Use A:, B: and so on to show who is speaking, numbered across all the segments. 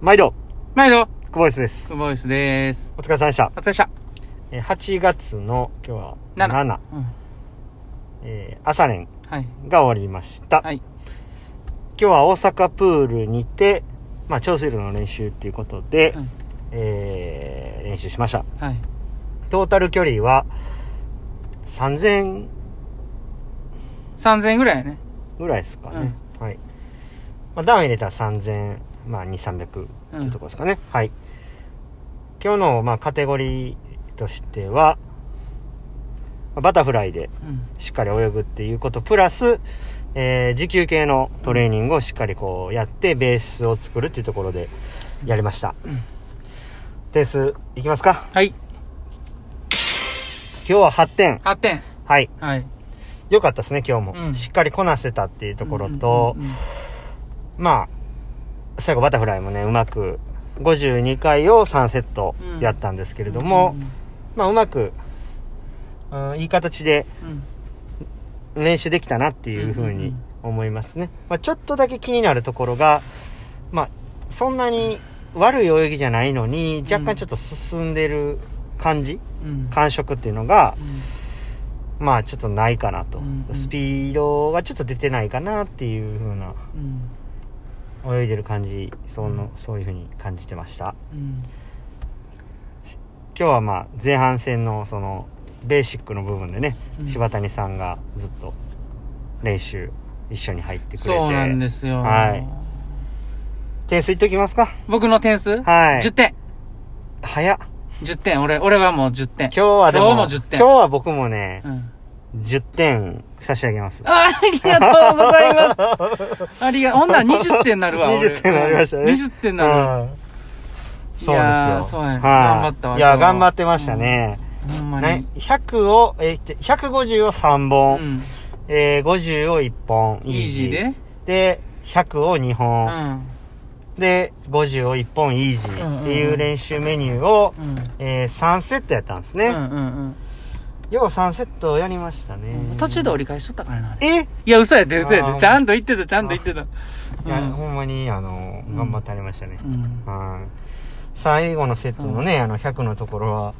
A: 毎度、
B: 毎度、
A: 久保イスです。
B: 久保イスです。
A: お疲れ様でした
B: お。疲れ様でした。
A: えー8月の、今日は7、
B: 七うん。
A: えー朝練
B: はい。
A: が終わりました。
B: はい。
A: 今日は大阪プールにて、まあ、長水路の練習っていうことで、
B: うん
A: えー練習しました。
B: はい。
A: トータル距離は、3000
B: 3000円ぐらいやね。
A: ぐらいですかね。はい。まあ、ダウン入れたら3000、まあ、2、300
B: う
A: っていうんと。ころですかね。はい。今日の、まあ、カテゴリーとしては、まあバタフライで
B: うん。
A: しっかり泳ぐっていうこと、プラス、えー持久系のトレーニングをしっかりこうやって、ベースを作るっていうところでやりました。点数いきますか。
B: はい。
A: 今日は8点。
B: 8点。
A: はい。
B: はい。
A: 良かったですね、今日も。
B: うん
A: しっかりこなせたっていうところと、
B: うんうんうんうん
A: まあ、最後バタフライもね、うまく、52回を3セットやったんですけれども、まあ、うまく、うん、いい形で
B: うんうん
A: 練習できたなっていうふう
B: うんうんう
A: に
B: ん
A: 思いますね。まあ、ちょっとだけ気になるところが、まあ、そんなに悪い泳ぎじゃないのに、
B: ん
A: 若干ちょっと進んでる感じ、
B: うん
A: 感触っていうのが
B: う、ん
A: まあ、ちょっとないかなと
B: うん。うん
A: スピードがちょっと出てないかなっていうふうな
B: うん
A: 泳いでる感じそのそういう風に感じてました
B: うん
A: 今日はまあ前半戦のそのベーシックの部分でね、
B: うん
A: 柴谷さんがずっと練習一緒に入ってくれて
B: そうなんですよ。
A: はい点数いっときますか
B: 僕の点数
A: はい
B: 10点。
A: 早っ
B: 10点。俺、俺はもう10点。
A: 今日はでも
B: 今日も10点。
A: 今日は僕もね
B: う、ん
A: 10点差し上げます
B: あありがとうございます。ありが、ほんなら20点になるわ。俺
A: 20点になりましたね
B: 20点になるわ。
A: うんそう
B: い
A: ですよ
B: やーそうや
A: は
B: ね
A: い
B: 頑張ったわ
A: いや
B: 今日は
A: 頑張ってましたね、
B: ほんま
A: ね
B: に。
A: 100をえー150を3本、
B: うん。
A: えー50を1本
B: イージーで。
A: で、100を2
B: う
A: 本、
B: ん。
A: で、50を1本イージーっていう練習メニューを、
B: うん。
A: えー、3セットやったんです
B: う
A: ね。
B: んうん
A: よう3セットやりましたね
B: う。ん。途中で折り返しとったからな、あれ
A: え、い
B: いや、嘘やで、嘘や
A: あー
B: で。ちゃんと言ってた、ちゃんと言ってた。
A: や、
B: うん
A: ほんまに、あの、
B: うん
A: 頑張ってやりましたね
B: う。ん。
A: はい最後のセットのね、あの、100のところは、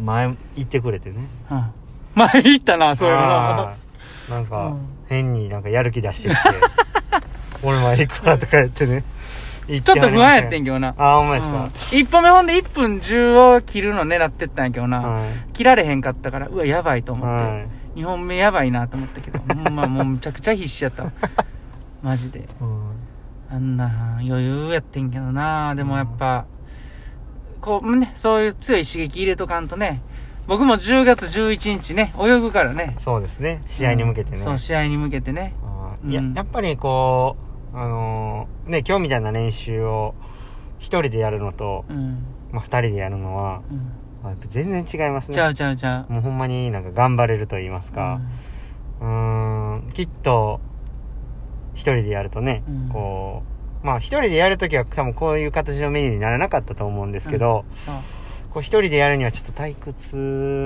A: 前、行ってくれてね。
B: うん前言ったな、そういう
A: あ
B: の。
A: ーなんか、
B: うん
A: 変になんかやる気出してきて、 俺前行くわとか言ってね。
B: ちょっと不安やって
A: ん
B: んけどな。
A: あー、ほんま
B: うん
A: ですか。
B: 一歩目ほんで1分10を切るの狙ってったんやけどな。
A: はい。
B: 切られへんかったから、うわ、やばいと思っ
A: は
B: て。2本目やばいなと思ったけど、ほんまもうむちゃくちゃ必死やった わ。マジで。
A: い。うん
B: あんな余裕やってんけどなでもやっぱ、こうね、そういう強い刺激入れとかんとね、僕も10月11日ね、泳ぐからね。
A: そうですね。試合に向けてね。
B: そう、試合に向けてね。
A: あー
B: うん
A: いややっぱりこう、あのーね、今日みたいな練習を一人でやるのと、
B: うん。
A: まあ、二人でやるのは、
B: うん。
A: まあやっぱ全然違います
B: ちゃ
A: ね。
B: うちゃうちゃ
A: もうほんまになんか頑張れると言います
B: う。
A: か。うーん、きっと、一人でやるとね、
B: うん
A: こう、まあ一人でやるときは多分こういう形のメニューにならなかったと思うんですけど、
B: そう
A: こう一人でやるにはちょっと退屈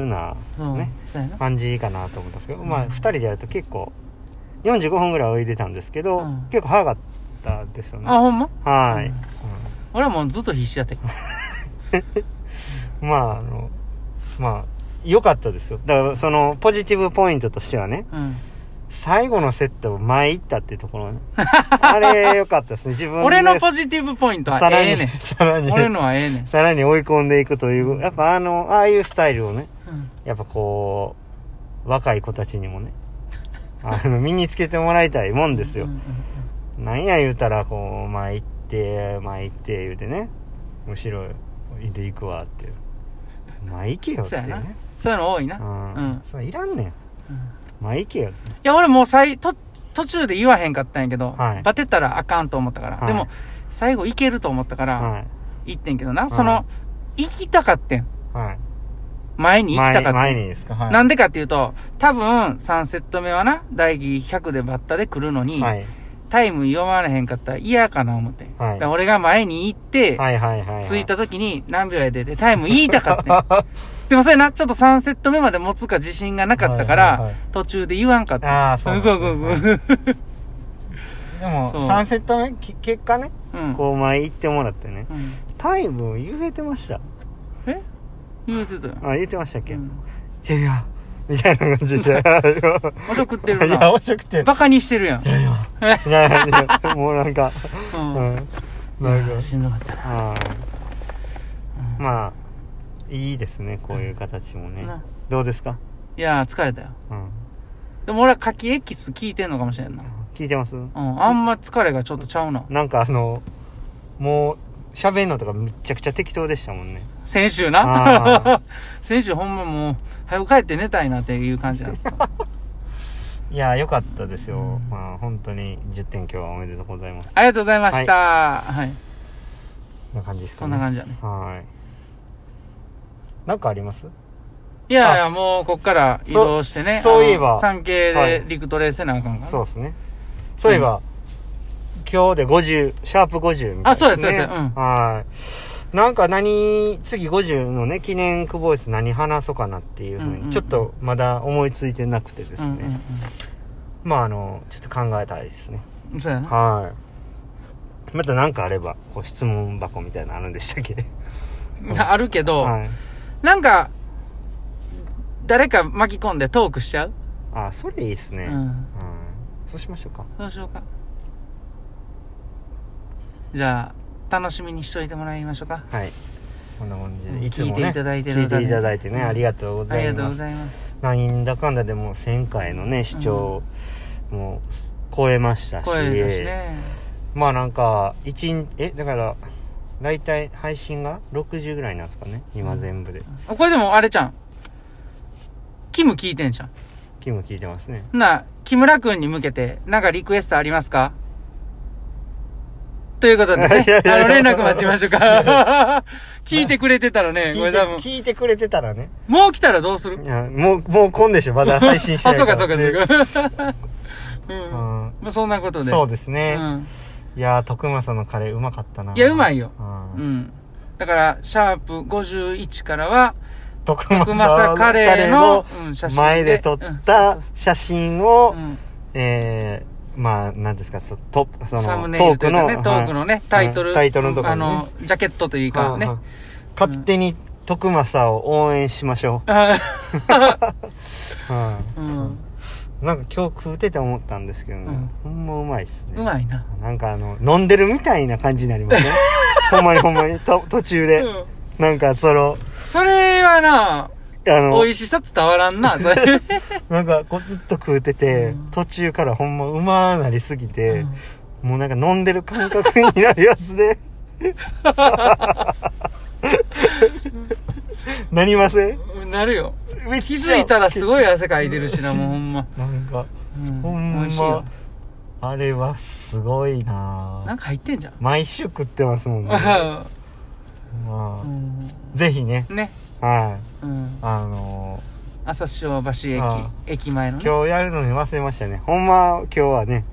A: な
B: そう。
A: ね
B: そうやな。
A: 感じかなと思ったんですけど、
B: うん
A: まあ2人でやると結構45分ぐらい泳いでたんですけど、
B: うん
A: 結構早かったですよね
B: あ、ほんま
A: はい、
B: うん
A: う
B: 俺はもうずっと必死やったけど。
A: んまああのまあ良かったですよだからそのポジティブポイントとしてはね
B: うん。
A: 最後のセットを前行ったっていうところ ねあれ良かったですね自分で
B: 俺のポジティブポイントは
A: さらに、
B: ええねん。
A: さらに
B: 俺のはええねん。
A: さらに追い込んでいくというやっぱあのああいうスタイルをね
B: うん
A: やっぱこう若い子たちにもねあの身につけてもらいたいもん ですよ
B: うんうん
A: なんや言うたら、こう、前行って、前行って言うてね、後ろで行くわって。前行けよっていう
B: そうや
A: ね。
B: そういうの多いな。
A: う。
B: うんん。
A: そういらんねん。
B: うん
A: 前行けよ。
B: いや、俺もう最、と、途中で言わへんかったんやけど、
A: はい
B: バテたらあかんと思ったから。
A: はい
B: でも、最後いけると思ったから、
A: はい。
B: 行ってんけどな。
A: い
B: その、行きたかってん。
A: はい。
B: 前に行きたか
A: 前前
B: ってん。
A: にですかはい。
B: なんでかっていうと、多分、3セット目はな、大義100でバッタで来るのに、
A: はい。
B: タイム読まれへんかったら嫌かな思って。
A: はい
B: だから俺が前に行って、
A: はいはいはいはい。
B: 着いた時に何秒やでで、タイム言いたかったん でもそれな、ちょっと3セット目まで持つか自信がなかったから、
A: はいはいはい
B: 途中で言わんかった。
A: あーそうなん
B: そ
A: で
B: うそう
A: す
B: そ
A: ね
B: う。
A: でも、
B: そう
A: 3セット目、き結果ね、
B: うん
A: こう前行ってもらってね
B: うん
A: タイム言えてました
B: え言うてたよ、
A: あ言ってましたっけ、
B: うん、
A: いやいやみたいな感じ でいや
B: おちょくってるな
A: 面白くてい
B: バカにしてるやん、
A: やいやいやいやもうなんか、
B: う
A: うんん、なんか
B: いやしんどかったな、
A: はいまあいいですねこういう形もね、
B: な
A: どうですか、
B: いや疲れたよ
A: うん、
B: でも俺は柿エキス効いてんのかもしれんな
A: 聞いてます
B: うんあんま疲れがちょっとちゃうな
A: なんかあのもう喋んのとかめちゃくちゃ適当でしたもんね
B: 先週
A: あ
B: な 先週ほんまもう早く帰って寝たいなっていう感じ だった
A: いや良かったですよ、まあ本当に10点今日はおめでとうございます
B: ありがとうございましたはい、
A: こんな感じです
B: そ
A: か
B: ん
A: ね
B: な感じだね
A: はいなんかあります
B: いやいやもうこっから移動してね
A: そそういえば
B: あの産経
A: は
B: で
A: い
B: 陸トレせなあかんから、
A: そうですねそういえば、今日で50シャープ50みたい
B: あそうです
A: ね
B: そうですうん
A: はいなんか何次50のね記念クボイス何話そうかなっていうふうに、
B: うんうんうん
A: ちょっとまだ思いついてなくてですね、
B: うんうん
A: まああのちょっと考えたいですね
B: うんそうやな
A: はいまた何かあればこう質問箱みたいなのあるんでしたっけん
B: あるけど、
A: はい
B: なんか誰か巻き込んでトークしちゃう、
A: あそれいいですね、
B: う
A: うん、
B: ん
A: そうしましょうか
B: どうしようかじゃあ楽しみにしといてもらいましょうか
A: はいこんな感じ
B: うん
A: でいつもね
B: 聞いていただいてる
A: 聞いていただいてね、
B: うん
A: ありがとうご
B: あ
A: ざ
B: り
A: い
B: がとう
A: ま
B: ご
A: す
B: ざいます
A: なんだかんだでも1000回のね視聴も超えましたし
B: 声だしね
A: まあなんか一日えだから大体配信が60ぐらいなんですかね今全部で、
B: あこれでもあれじゃんキム聞いてんじゃん
A: キム聞いてますね
B: ほな、木村くんに向けて、なんかリクエストありますかということ でね
A: いやいやい、や
B: あの、連絡待ちましょ うか。聞いてくれてたらね、こ
A: 聞
B: れ
A: いて
B: 多分、
A: 聞いてくれてたらね
B: もう来たらどうする
A: いやもうもう 来んでしょまだ配信して
B: あ、
A: ない
B: そう
A: ら
B: かそうかそう
A: で
B: か。うん。
A: う
B: ま
A: ん
B: あ、そんなことで。
A: そうですね、
B: うん。
A: いやー徳正のカレーうまかったない
B: や、うまいよ。
A: うん
B: うん。だから、シャープ51からは、
A: 徳正
B: 徳正カレーのうん写真で
A: 前で撮っ
B: う
A: た
B: んそう
A: 写真を、
B: うん、
A: えー、まあ、なんですか、そトその
B: サムネイ
A: トー
B: ルとい
A: ク
B: うか
A: の、
B: ね、トークの
A: はい
B: ね、タイトル、
A: うんタイトルのとこ
B: あ
A: ろにね
B: の、ジャケットという
A: は
B: か
A: い
B: ね
A: はい。勝手に徳正を応援しましょ
B: あ
A: う。は
B: ーうん。
A: いなんか今日食うてて思ったんですけどね、
B: うん
A: ほんまうまいっすね。
B: うまいな。
A: なんかあの、飲んでるみたいな感じになります ね。ほんまにほんまに、と途中で。
B: うん
A: なんかその、
B: それはな、
A: あの、
B: 美味しさ伝わらん な、それ。
A: なんかこうずっと食うてて、
B: うん
A: 途中からほんまうまなりすぎて、もうなんか飲んでる感覚になるやつ で。なりません
B: うんなるよ。
A: めっち
B: 気
A: ゃ
B: づいたらすごい汗かいてるしな、もうほんま。
A: なんか、
B: うん
A: ほ
B: 美
A: ん
B: 味しいよ
A: ま。、あれはすごいな
B: なんか入ってんじゃん。
A: 毎週食ってますもんね。ま
B: う
A: あ
B: ん
A: ぜひね、
B: ね。
A: はい。
B: うん
A: あの
B: 朝塩橋
A: あ
B: 駅、駅前の
A: ー
B: ね。
A: 今日やるのに忘れましたね。ほんま今日はね、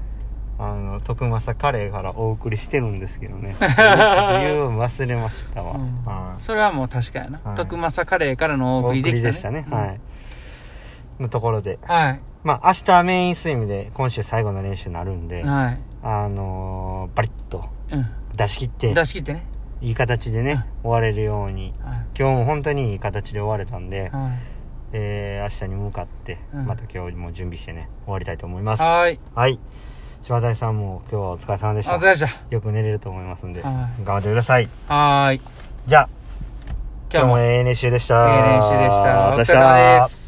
A: あの、徳正カレーからお送りしてるんですけどね。ちょっと言うの忘れましたわ。
B: うん
A: はい
B: それはもう確かやな
A: は。い
B: 徳正カレーからのお送りできたね。
A: おはい。のところで。
B: はい。
A: まあ、明日メインスイムで今週最後の練習になるんで、
B: はい。
A: あのーバリッと
B: うん。
A: 出し切って、
B: 出し切ってね。
A: いい形でね、終われるように。
B: は
A: 今日も本当にいい形で終われたんで
B: い。、は
A: えー、明日に向かって、
B: うん
A: また今日も準備してね、終わりたいと思います。
B: はーい。
A: はい。柴田さんも今日はお疲れ様で
B: い。
A: し
B: あ、
A: た
B: ざ。いました。
A: よく寝れると思いますんで、
B: は
A: 頑張
B: い
A: ってください。
B: はーい。
A: じゃあ、
B: 今
A: 今日
B: 日も
A: も
B: え
A: ええ練習でした。
B: え練習でした。お疲
A: お疲
B: れ
A: れ様
B: 様
A: で
B: ですす。